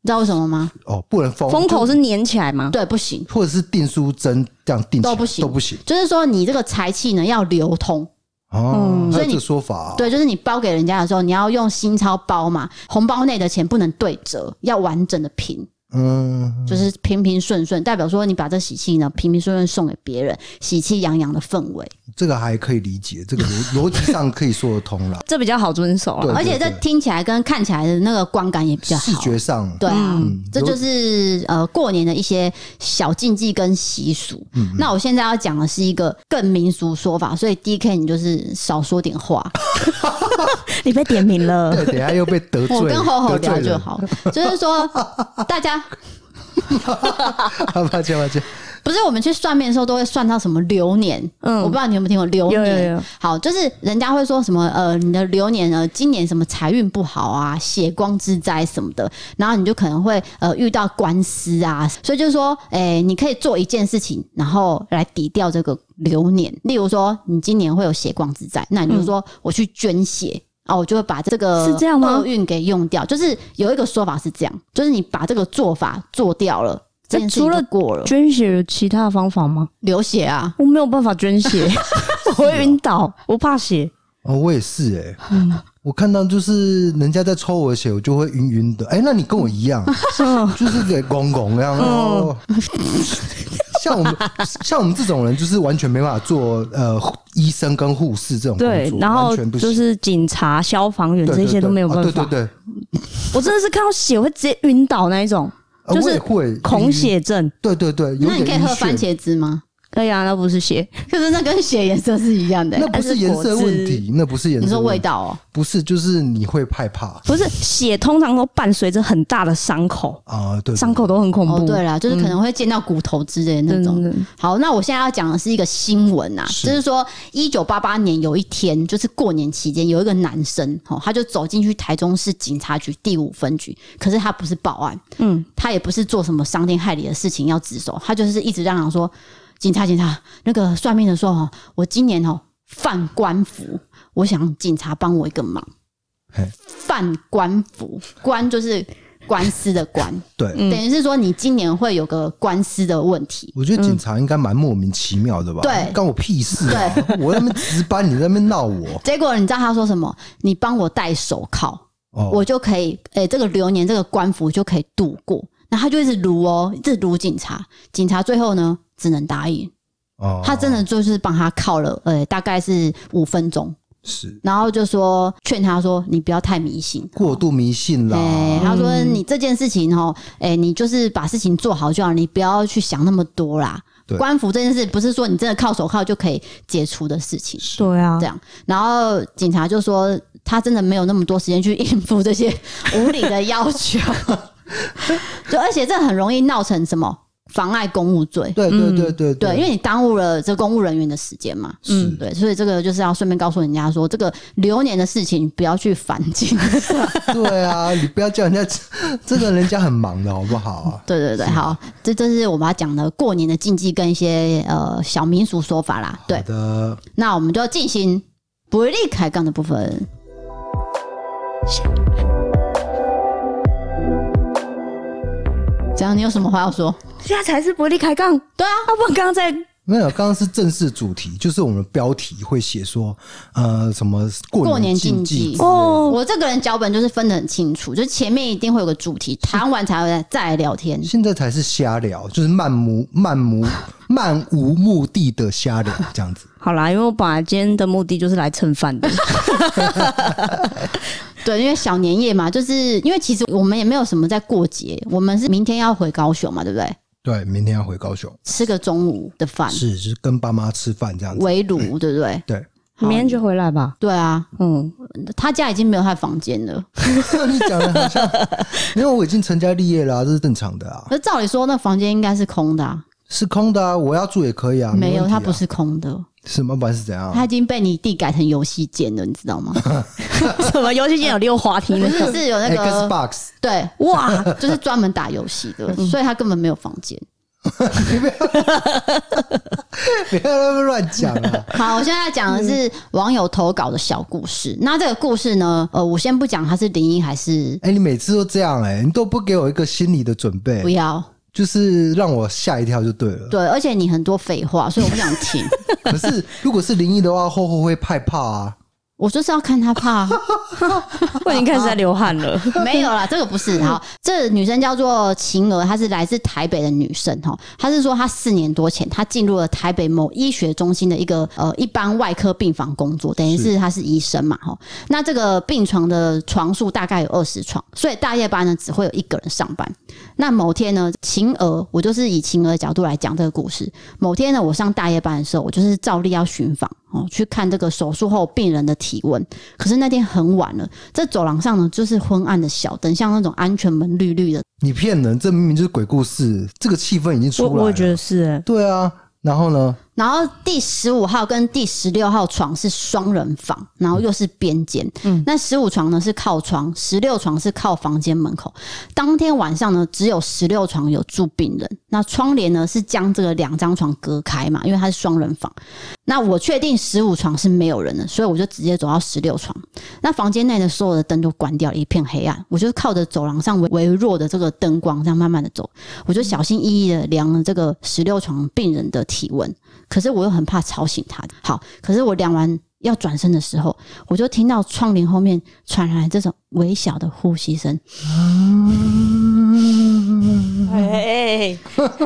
Speaker 1: 你知道为什么吗？
Speaker 2: 哦，不能封
Speaker 3: 封口是粘起来吗？
Speaker 1: 对，不行，
Speaker 2: 或者是订书针这样订起来
Speaker 1: 都不行
Speaker 2: 都不行
Speaker 1: 就是说你这个财气呢要流通。
Speaker 2: 哦还
Speaker 3: 嗯。
Speaker 1: 所以
Speaker 2: 有
Speaker 1: 你
Speaker 2: 这个说法、啊，
Speaker 1: 对，就是你包给人家的时候，你要用新钞包嘛，红包内的钱不能对折，要完整的平。
Speaker 2: 嗯，
Speaker 1: 就是平平顺顺，代表说你把这喜气呢平平顺顺送给别人，喜气洋洋的氛围。
Speaker 2: 这个还可以理解，这个逻 逻辑上可以说得通啦，
Speaker 3: 这比较好遵守啊
Speaker 2: 对。
Speaker 1: 而且这听起来跟看起来的那个观感也比较好，
Speaker 2: 视觉上
Speaker 1: 对啊，
Speaker 2: 嗯
Speaker 1: 这就是呃过年的一些小禁忌跟习俗。
Speaker 2: 嗯
Speaker 1: 那我现在要讲的是一个更民俗说法，所以 D K 你就是少说点话，
Speaker 3: 你被点名了
Speaker 2: 哎对，等一下又被得罪，
Speaker 1: 我跟吼吼
Speaker 2: 得罪
Speaker 1: 聊就
Speaker 2: 人。
Speaker 1: 好。就是说，大家
Speaker 2: 啊抱歉抱歉，
Speaker 1: 不是我们去算命的时候都会算到什么流年，
Speaker 3: 嗯
Speaker 1: 我不知道你有没有听过流年。
Speaker 3: 有有有
Speaker 1: 好，就是人家会说什么呃，你的流年呢，今年什么财运不好啊，血光之灾什么的，然后你就可能会呃遇到官司啊，所以就是说，哎、你可以做一件事情，然后来抵掉这个流年。例如说，你今年会有血光之灾，那你就说我去捐血。哦，我就会把这个
Speaker 3: 是这样吗
Speaker 1: 厄运给用掉。就是有一个说法是这样，就是你把这个做法做掉了，这件事情
Speaker 3: 除了
Speaker 1: 就过了，
Speaker 3: 捐血有其他的方法吗？
Speaker 1: 流血啊，
Speaker 3: 我没有办法捐血， 我会晕倒，我怕血。
Speaker 2: 哦，我也是哎、
Speaker 3: 嗯
Speaker 2: 我看到就是人家在抽我的血，我就会晕晕的。哎、那你跟我一样，
Speaker 3: 嗯，
Speaker 2: 就是给拱拱那样。哦、像我们像我们这种人，就是完全没办法做呃医生跟护士这种工作
Speaker 3: 对，然后
Speaker 2: 完全不行
Speaker 3: 就是警察、消防员
Speaker 2: 对
Speaker 3: 这
Speaker 2: 对
Speaker 3: 些都
Speaker 2: 对
Speaker 3: 没有
Speaker 2: 啊
Speaker 3: 办
Speaker 2: 对
Speaker 3: 法。
Speaker 2: 对对，
Speaker 3: 我真的是看到血会直接晕倒那一种，
Speaker 2: 呃
Speaker 3: 就是
Speaker 2: 我也会
Speaker 3: 恐
Speaker 2: 晕。
Speaker 3: 血症。
Speaker 2: 对对对，有
Speaker 1: 那你
Speaker 2: 点
Speaker 1: 可以喝
Speaker 2: 晕
Speaker 1: 番
Speaker 2: 眩。
Speaker 1: 茄汁吗？
Speaker 3: 可以啊，那不是血，
Speaker 1: 可是那跟血颜色是一样的、
Speaker 2: 那哎不
Speaker 3: 还
Speaker 2: 是
Speaker 3: 是
Speaker 2: 颜
Speaker 3: 果
Speaker 2: 色问
Speaker 3: 汁
Speaker 2: 题，那不是颜色。
Speaker 1: 你说味？道哦、
Speaker 2: 不是，就是你会害怕
Speaker 3: 不是血，通常都伴随着很大的伤口，
Speaker 2: 啊、对对，
Speaker 3: 伤口都很恐
Speaker 1: 哦，
Speaker 3: 怖。
Speaker 1: 对啦，就是可能会见到骨头之类的那
Speaker 3: 真
Speaker 1: 种。
Speaker 3: 的，
Speaker 1: 好，那我现在要讲的是一个新闻啊，
Speaker 2: 是
Speaker 1: 就是说，一九八八年有一天，就是过年期间，有一个男生，哦，他就走进去台中市警察局第五分局，可是他不是报案，
Speaker 3: 嗯，
Speaker 1: 他也不是做什么伤天害理的事情要自首，他就是一直嚷嚷说，警察警察，那个算命的说，哦，我今年哦犯官服，我想警察帮我一个忙
Speaker 2: 嘿，
Speaker 1: 犯官服，官就是官司的官，
Speaker 2: 对。
Speaker 3: 嗯
Speaker 1: 等于是说你今年会有个官司的问题。
Speaker 2: 我觉得警察应该蛮莫名其妙的吧？
Speaker 1: 嗯对
Speaker 2: 关我屁事啊！ 我在那边值班，你在那边闹我，
Speaker 1: 结果你知道他说什么？你帮我戴手铐，
Speaker 2: 哦，
Speaker 1: 我就可以，诶、这个流年这个官服就可以度过。然后他就一直撸哦，一直撸警察，警察最后呢只能答应。
Speaker 2: 哦
Speaker 1: 他真的就是帮他铐了，呃、大概是五分钟，
Speaker 2: 是
Speaker 1: 然后就说劝他说你不要太迷信。
Speaker 2: 过度迷信啦。
Speaker 1: 哎、他说你这件事情哦，哎、你就是把事情做好就好，你不要去想那么多啦
Speaker 2: 对。
Speaker 1: 官服这件事不是说你真的靠手铐就可以解除的事情。
Speaker 3: 对啊
Speaker 1: 这，样，然后警察就说他真的没有那么多时间去应付这些无理的要求， 就而且这很容易闹成什么妨碍公务罪，
Speaker 2: 对对对对
Speaker 1: 嗯对，因为你耽误了这公务人员的时间嘛。嗯
Speaker 2: 是
Speaker 1: 对，所以这个就是要顺便告诉人家说，这个流年的事情不要去烦警察。
Speaker 2: 对啊，你不要叫人家 这个人家很忙的好不好啊？
Speaker 1: 对对对，好，这这是我们要讲的过年的禁忌跟一些呃小民俗说法啦。对
Speaker 2: 好，的，
Speaker 1: 那我们就进行不利开杠的部分。怎样？你有什么话要说？
Speaker 3: 现在才是伯利开杠。对啊，要不然刚刚在
Speaker 2: 没有，刚刚是正式主题，就是我们标题会写说，呃，什么过
Speaker 1: 过年禁
Speaker 2: 禁忌
Speaker 1: 忌
Speaker 2: 之类的
Speaker 3: 哦，
Speaker 1: 我这个人脚本就是分得很清楚，就是前面一定会有个主题，谈完才会再来聊 天。
Speaker 2: 现在才是瞎聊，就是漫无漫无 漫无目的的瞎聊这样子。
Speaker 3: 好啦，因为我本来今天的目的就是来蹭饭 的。
Speaker 1: 对，因为小年夜嘛，就是因为其实我们也没有什么在过节，我们是明天要回高雄嘛，对不对？
Speaker 2: 对，明天要回高雄，
Speaker 1: 吃个中午的饭，
Speaker 2: 是就是跟爸妈吃饭这样子。
Speaker 1: 围炉，对不对？
Speaker 2: 对，
Speaker 3: 明天就回来吧。
Speaker 1: 对啊，
Speaker 3: 嗯，
Speaker 1: 他家已经没有他的房间了。
Speaker 2: 你讲的好像，因为我已经成家立业啦、这是正常的啊，
Speaker 1: 可是照理说，那房间应该是空的、啊，
Speaker 2: 是空的啊，我要住也可以啊，
Speaker 1: 没有，
Speaker 2: 问题
Speaker 1: 它
Speaker 2: 啊
Speaker 1: 不是空的，
Speaker 2: 什么，不然是怎样啊？
Speaker 1: 它已经被你弟改成游戏 间了，你知道吗？
Speaker 3: 什么游戏间有溜滑梯
Speaker 1: 不
Speaker 3: 那
Speaker 1: 是
Speaker 3: 个？
Speaker 1: 是有那个
Speaker 2: Xbox，
Speaker 1: 对，
Speaker 3: 哇，
Speaker 1: 就是专门打游戏 的，所以他根本没有房间。
Speaker 2: 不要在那么乱讲啊！
Speaker 1: 好，我现在要讲的
Speaker 2: 嗯
Speaker 1: 是网友投稿的小故事。那这个故事呢，呃，我先不讲它是灵异还是
Speaker 2: 哎、你每次都这样哎、你都不给我一个心理的准备
Speaker 1: 不，要，
Speaker 2: 哎就是让我吓一跳就对了。
Speaker 1: 对，而且你很多废话，所以我不想 听。
Speaker 2: 可是如果是灵异的话，后后会害怕啊。
Speaker 1: 我就是要看他怕啊、
Speaker 3: 我已经开始在流汗 了。
Speaker 1: 没有啦，这个不是。好，这女生叫做晴儿，她是来自台北的女生哈。她是说她四年多前，她进入了台北某医学中心的一个呃一般外科病房工作，等于是她是医生嘛哈。那这个病床的床数大概有二十床，所以大夜班呢只会有一个人上班。那某天呢，晴儿，我就是以晴儿的角度来讲这个故事。某天呢，我上大夜班的时候，我就是照例要巡访哦，去看这个手术后病人的体温。可是那天很晚了，这走廊上呢就是昏暗的小灯，像那种安全门绿绿的。
Speaker 2: 你骗人，这明明就是鬼故事，这个气氛已经出
Speaker 3: 我
Speaker 2: 来了。
Speaker 3: 我也觉得是、欸，
Speaker 2: 对啊，然后呢？
Speaker 1: 然后第十五号跟第十六号床是双人房，然后又是边间。嗯，那十五床呢是靠窗，十六床是靠房间门口。当天晚上呢，只有十六床有住病人，那窗帘呢是将这个两张床隔开嘛，因为它是双人房。那我确定十五床是没有人的，所以我就直接走到十六床。那房间内的所有的灯都关掉了，一片黑暗。我就靠着走廊上微微弱的这个灯光，这样慢慢的走。我就小心翼翼的量了这个十六床病人的体温，可是我又很怕吵醒他。好，可是我量完要转身的时候，我就听到窗帘后面传来这种微小的呼吸 声。
Speaker 3: 哎，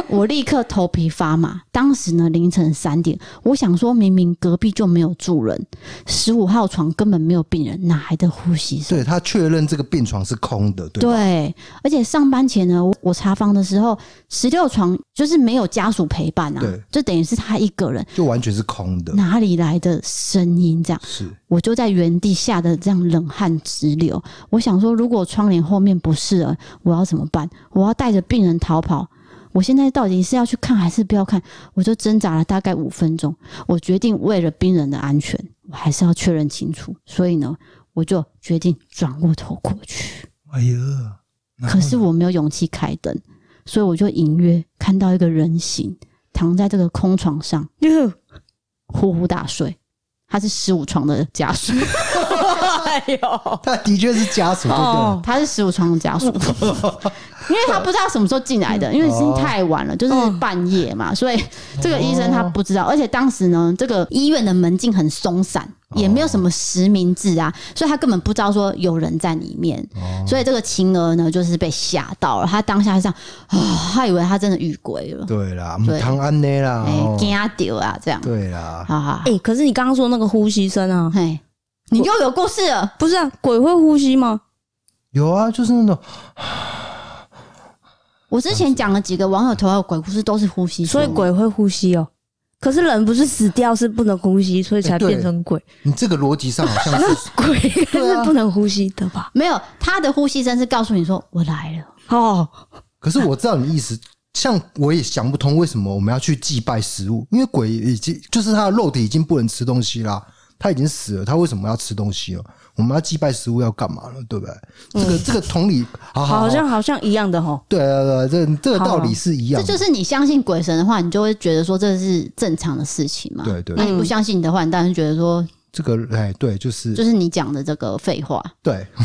Speaker 1: 我立刻头皮发麻。当时呢凌晨三点，我想说明明隔壁就没有住人，十五号床根本没有病人，哪来的呼吸声？
Speaker 2: 对他确认这个病床是空的，对吧，
Speaker 1: 对，而且上班前呢，我我查房的时候，十六床就是没有家属陪伴啊
Speaker 2: 对，
Speaker 1: 就等于是他一个人，
Speaker 2: 就完全是空的，
Speaker 1: 哪里来的声音？这样，
Speaker 2: 是
Speaker 1: 我就在原地吓得这样冷汗直流。我想说，如果窗帘后面不是人，我要怎么办？我要带着病人逃跑。我现在到底是要去看还是不要看？我就挣扎了大概五分钟，我决定为了病人的安全，我还是要确认清楚。所以呢，我就决定转过头过去。
Speaker 2: 哎呀，
Speaker 1: 可是我没有勇气开灯，所以我就隐约看到一个人形躺在这个空床上
Speaker 3: 哟，
Speaker 1: 呼呼大睡。他是十五床的家属，
Speaker 3: 哎呦，
Speaker 2: 他的确是家属，对不对？
Speaker 3: 哦，
Speaker 1: 他是十五床的 家属，因为他不知道什么时候进来
Speaker 2: 嗯
Speaker 1: 的，因为已经太晚
Speaker 2: 哦
Speaker 1: 了，就是半夜嘛，所以这个医生他不知道。而且当时呢，这个医院的门禁很松散，
Speaker 2: 哦
Speaker 1: 也没有什么实名制啊，所以他根本不知道说有人在里面。
Speaker 2: 哦
Speaker 1: 所以这个晴儿呢，就是被吓到了，他当下是这样啊，他以为他真的遇鬼了。
Speaker 2: 对啦，
Speaker 1: 对
Speaker 2: 唐安内啦，
Speaker 1: 哎
Speaker 2: 哦，
Speaker 1: 惊丢啊，这样
Speaker 2: 对啦，
Speaker 1: 啊，
Speaker 3: 哎，可是你刚刚说那个呼吸声啊，
Speaker 1: 嘿，你又有故事了，
Speaker 3: 不是啊，鬼会呼吸吗？
Speaker 2: 有啊，就是那种
Speaker 1: 我之前讲了几个网友投稿的鬼故事，都是呼吸声，
Speaker 3: 所以
Speaker 2: 嗯
Speaker 3: 鬼会呼吸哦。可是人不是死掉是不能呼吸，所以才
Speaker 2: 哎对啊
Speaker 3: 变成鬼。
Speaker 2: 你这个逻辑上好像是
Speaker 3: 鬼应该 是不能呼吸的吧？
Speaker 1: 没有他的呼吸声是告诉你说我来了，
Speaker 3: 哦，
Speaker 2: 可是我知道你意思，像我也想不通为什么我们要去祭拜食物，因为鬼已经就是他的肉体已经不能吃东西啦，他已经死了，他为什么要吃东西哦？我们要祭拜食物要干嘛呢？对不对？这个这个同理，好好哦
Speaker 3: 好像好像一样的吼。
Speaker 2: 对对对，这这个道理是一样
Speaker 1: 这
Speaker 2: 的，
Speaker 1: 就是你相信鬼神的话，你就会觉得说这是正常的事情嘛。
Speaker 2: 对对
Speaker 1: 那你不相信的话，你当然觉得说
Speaker 2: 这个哎对，就是
Speaker 1: 就是你讲的这个废话。
Speaker 2: 对，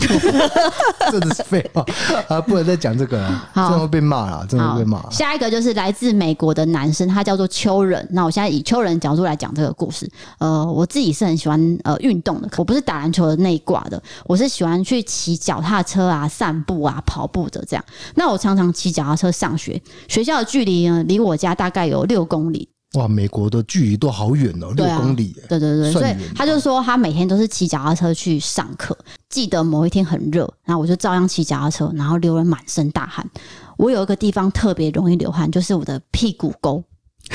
Speaker 2: 真的是废话啊！不能再讲这个了，
Speaker 1: 好
Speaker 2: 真的会被骂啦，真的
Speaker 1: 好
Speaker 2: 会被骂，啦。
Speaker 1: 下一个就是来自美国的男生，他叫做秋人。那我现在以秋人角度来讲这个故事。呃，我自己是很喜欢呃运动的，我不是打篮球的那一挂的，我是喜欢去骑脚踏车啊、散步啊、跑步的这样。那我常常骑脚踏车上学，学校的距离呢离我家大概有六公里，
Speaker 2: 哇，美国的距离都好远哦，六
Speaker 1: 对啊
Speaker 2: 公里耶，
Speaker 1: 对对对，所
Speaker 2: 算
Speaker 1: 以
Speaker 2: 远
Speaker 1: 他就说他每天都是骑脚踏车去上课。记得某一天很热，然后我就照样骑脚踏车，然后流了满身大汗。我有一个地方特别容易流汗，就是我的屁股沟。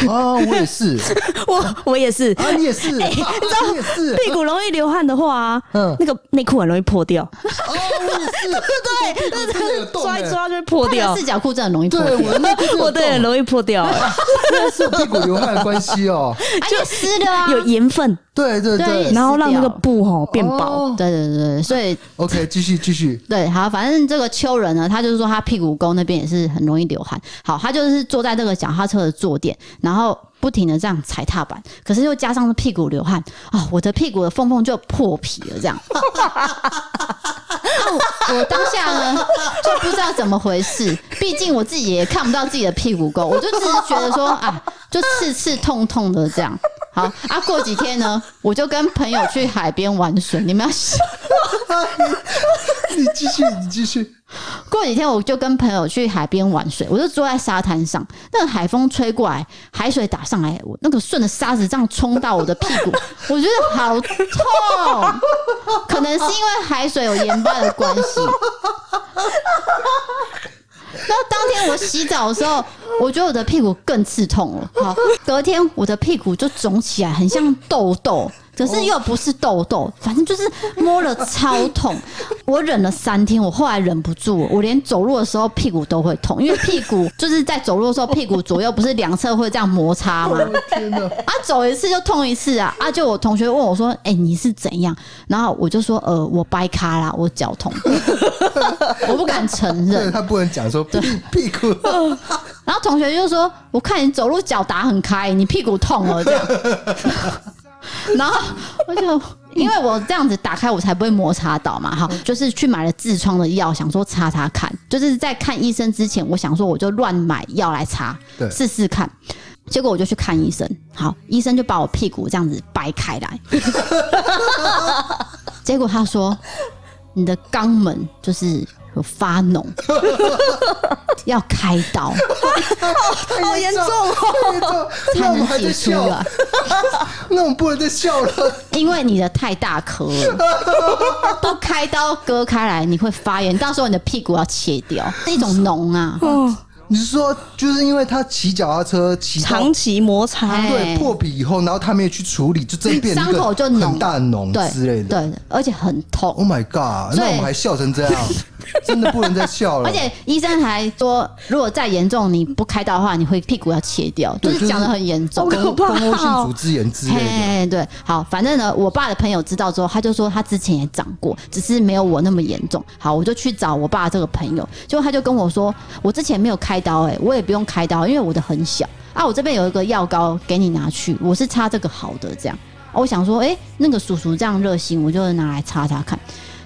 Speaker 2: 啊！我也是
Speaker 3: 我我 也是，
Speaker 2: 啊，你也是，啊你也是，
Speaker 3: 屁股容易流汗的话啊，
Speaker 2: 嗯
Speaker 3: 那个内裤很容易破掉，
Speaker 2: 哦，我也是，对对对
Speaker 3: 抓一，抓就会破
Speaker 1: 他
Speaker 3: 掉
Speaker 1: 的四。角裤真的很容易破
Speaker 2: 欸对
Speaker 1: 掉，
Speaker 2: 我的内裤真的
Speaker 3: 我
Speaker 2: 有
Speaker 3: 对，很
Speaker 2: 洞，
Speaker 3: 容易破掉，哎
Speaker 2: 是有屁股流汗的关系哦。
Speaker 1: 就湿了啊。
Speaker 3: 有盐分，
Speaker 2: 对对
Speaker 1: 对
Speaker 2: 对
Speaker 1: 撕
Speaker 3: 然后让那个
Speaker 1: 掉
Speaker 3: 布吼变薄。
Speaker 2: 哦
Speaker 1: 对对对对，所以
Speaker 2: OK，继续继续，
Speaker 1: 对，好，反正这个秋人呢，他就是说他屁股沟那边也是很容易流汗。好，他就是坐在这个脚踏车的坐垫，然后不停的这样踩踏板，可是又加上屁股流汗啊、我的屁股的缝缝就破皮了，这样。 啊我我当下呢就不知道怎么回事，毕竟我自己也看不到自己的屁股沟，我就只是觉得说啊，就刺刺痛痛的这样。好啊，过几天呢，我就跟朋友去海边玩水，你们要
Speaker 2: 你继续你继续，
Speaker 1: 过几天我就跟朋友去海边玩水，我就坐在沙滩上，那个海风吹过来，海水打上来，我那个顺着沙子这样冲到我的屁股，我觉得好痛，可能是因为海水有盐巴的关系。然后当天我洗澡的时候，我觉得我的屁股更刺痛了。好，隔天我的屁股就肿起来，很像痘痘，可是又不是痘痘，反正就是摸了超痛。我忍了三天，我后来忍不住，我连走路的时候屁股都会痛，因为屁股就是在走路的时候，屁股左右不是两侧会这样摩擦吗？
Speaker 2: 天哪！
Speaker 1: 啊，走一次就痛一次啊！啊，就我同学问我说：“哎、你是怎样？”然后我就说：“呃，我掰咖啦，我脚痛。” 我不敢承
Speaker 2: 对
Speaker 1: 认。
Speaker 2: 他不能讲说屁屁股，
Speaker 1: 然后同学就说：“我看你走路脚打很开，你屁股痛了这样。” 然后我就。因为我这样子打开，我才不会摩擦到嘛，哈，就是去买了痔疮的药，想说擦擦看，就是在看医生之前，我想说我就乱买药来擦
Speaker 2: 对，
Speaker 1: 试试看。结果我就去看医生，好，医生就把我屁股这样子掰开来，结果他说你的肛门就是有发脓，要开刀
Speaker 3: 好严重哦！
Speaker 1: 才
Speaker 2: 那我们
Speaker 1: 能
Speaker 2: 还在
Speaker 1: 解除
Speaker 2: 笑，
Speaker 1: 了，
Speaker 2: 那我们不能再笑了。
Speaker 1: 因为你的太大颗了， 都开刀割开来你会发炎，到时候你的屁股要切掉，是一种脓 啊。
Speaker 3: 哦，
Speaker 2: 你是说，就是因为他骑脚踏车骑到
Speaker 3: 长期摩擦
Speaker 1: 哎，
Speaker 2: 对破皮以后，然后他没有去处理，就真变成一
Speaker 1: 伤口就
Speaker 2: 个
Speaker 1: 脓
Speaker 2: 很大的脆之类
Speaker 1: 对
Speaker 2: 的。
Speaker 1: 对，而且很痛
Speaker 2: Oh，my god！
Speaker 1: 所以
Speaker 2: 那我们还笑成这样， 真的不能再笑了。
Speaker 1: 而且医生还说，如果再严重你不开刀的话，你会屁股要切掉，就
Speaker 2: 对就是
Speaker 1: 是讲的很严重，
Speaker 2: 蜂蜂窝性组织炎之类的。
Speaker 1: 哦嘿，对，好，反正呢，我爸的朋友知道之后，他就说他之前也长过，只是没有我那么严重。好，我就去找我爸这个朋友，结果他就跟我说，我之前没有开刀、欸，我也不用开刀，因为我的很小啊，我这边有一个药膏给你拿去，我是擦这个好的这样。啊我想说，哎、那个叔叔这样热心，我就拿来擦擦看。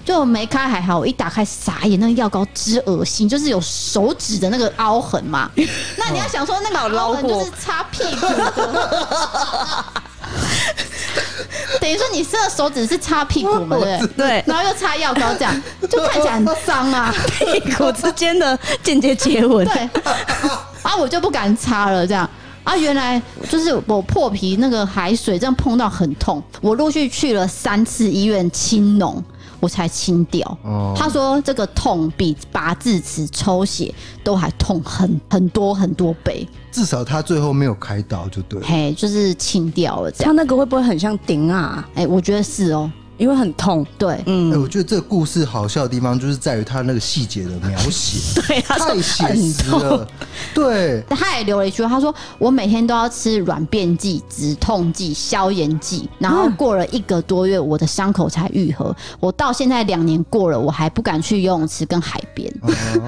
Speaker 1: 就没开还好，我一打开傻眼，那个药膏之恶心，就是有手指的那个凹痕嘛。那你要想说那个凹痕就是擦屁股的，等于说你伸的手指是擦屁股嘛，对不对？
Speaker 3: 对
Speaker 1: 然后又擦药膏，这样就看起来很脏啊。
Speaker 3: 屁股之间的间接接吻，
Speaker 1: 对，啊，我就不敢擦了，这样。啊，原来就是我破皮那个海水这样碰到很痛，我陆续去了三次医院清脓，我才清掉。
Speaker 2: 哦
Speaker 1: 他说这个痛比拔智齿、抽血都还痛很很多很多倍，
Speaker 2: 至少他最后没有开刀，就对了。
Speaker 1: 嘿，就是清掉了这
Speaker 3: 它
Speaker 1: 样。
Speaker 3: 那个会不会很像顶啊？
Speaker 1: 哎、我觉得是哦，
Speaker 3: 因为很痛。
Speaker 1: 对，
Speaker 2: 哎、
Speaker 3: 嗯，
Speaker 2: 我觉得这个故事好笑的地方就是在于他那个细节的描 写，
Speaker 3: 对，它
Speaker 2: 太
Speaker 3: 是
Speaker 2: 写
Speaker 3: 很
Speaker 2: 实
Speaker 3: 痛。
Speaker 2: 了。对，
Speaker 1: 他也留了一句话，他说：“我每天都要吃软便剂、止痛剂、消炎剂，然后
Speaker 2: 嗯
Speaker 1: 过了一个多月，我的伤口才愈合。我到现在两年过了，我还不敢去游泳池跟海 边。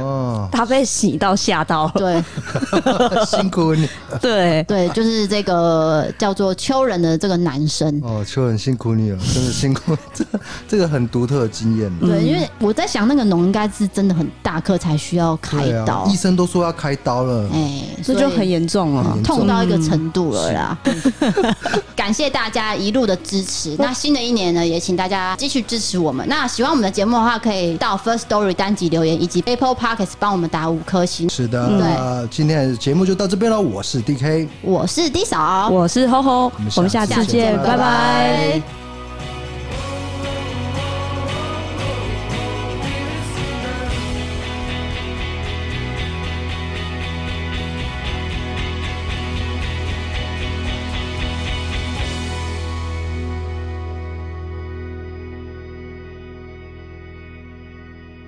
Speaker 2: 哦，
Speaker 3: 他被洗到吓到了，
Speaker 1: 对
Speaker 2: 辛苦你
Speaker 3: 对，
Speaker 1: 对，就是这个叫做秋人的这个男生。
Speaker 2: 哦，秋人辛苦 你了，真的辛苦， 这这个很独特的经验。
Speaker 1: 对，因为我在想，那个脓应该是真的很大颗才需要开
Speaker 2: 对
Speaker 1: 刀
Speaker 2: 啊，医，生都说要开刀了。
Speaker 1: 哎、
Speaker 3: 这
Speaker 1: 所以
Speaker 3: 就很严重哦了。
Speaker 1: 痛到一个程度了啦。 感谢大家一路的支持。那新的一年呢，也请大家继续支持我们。那喜欢我们的节目的话，可以到 First Story 单集留言，以及 Apple Podcast 帮我们打五颗星。
Speaker 2: 是的，那今天的节目就到这边了。我是 DK，
Speaker 1: 我是 D 嫂，
Speaker 3: 我是吼吼，
Speaker 2: 我们下
Speaker 3: 我们下
Speaker 2: 次
Speaker 3: 次
Speaker 2: 见
Speaker 3: 见，
Speaker 2: 拜
Speaker 3: 拜
Speaker 2: 拜
Speaker 3: 拜。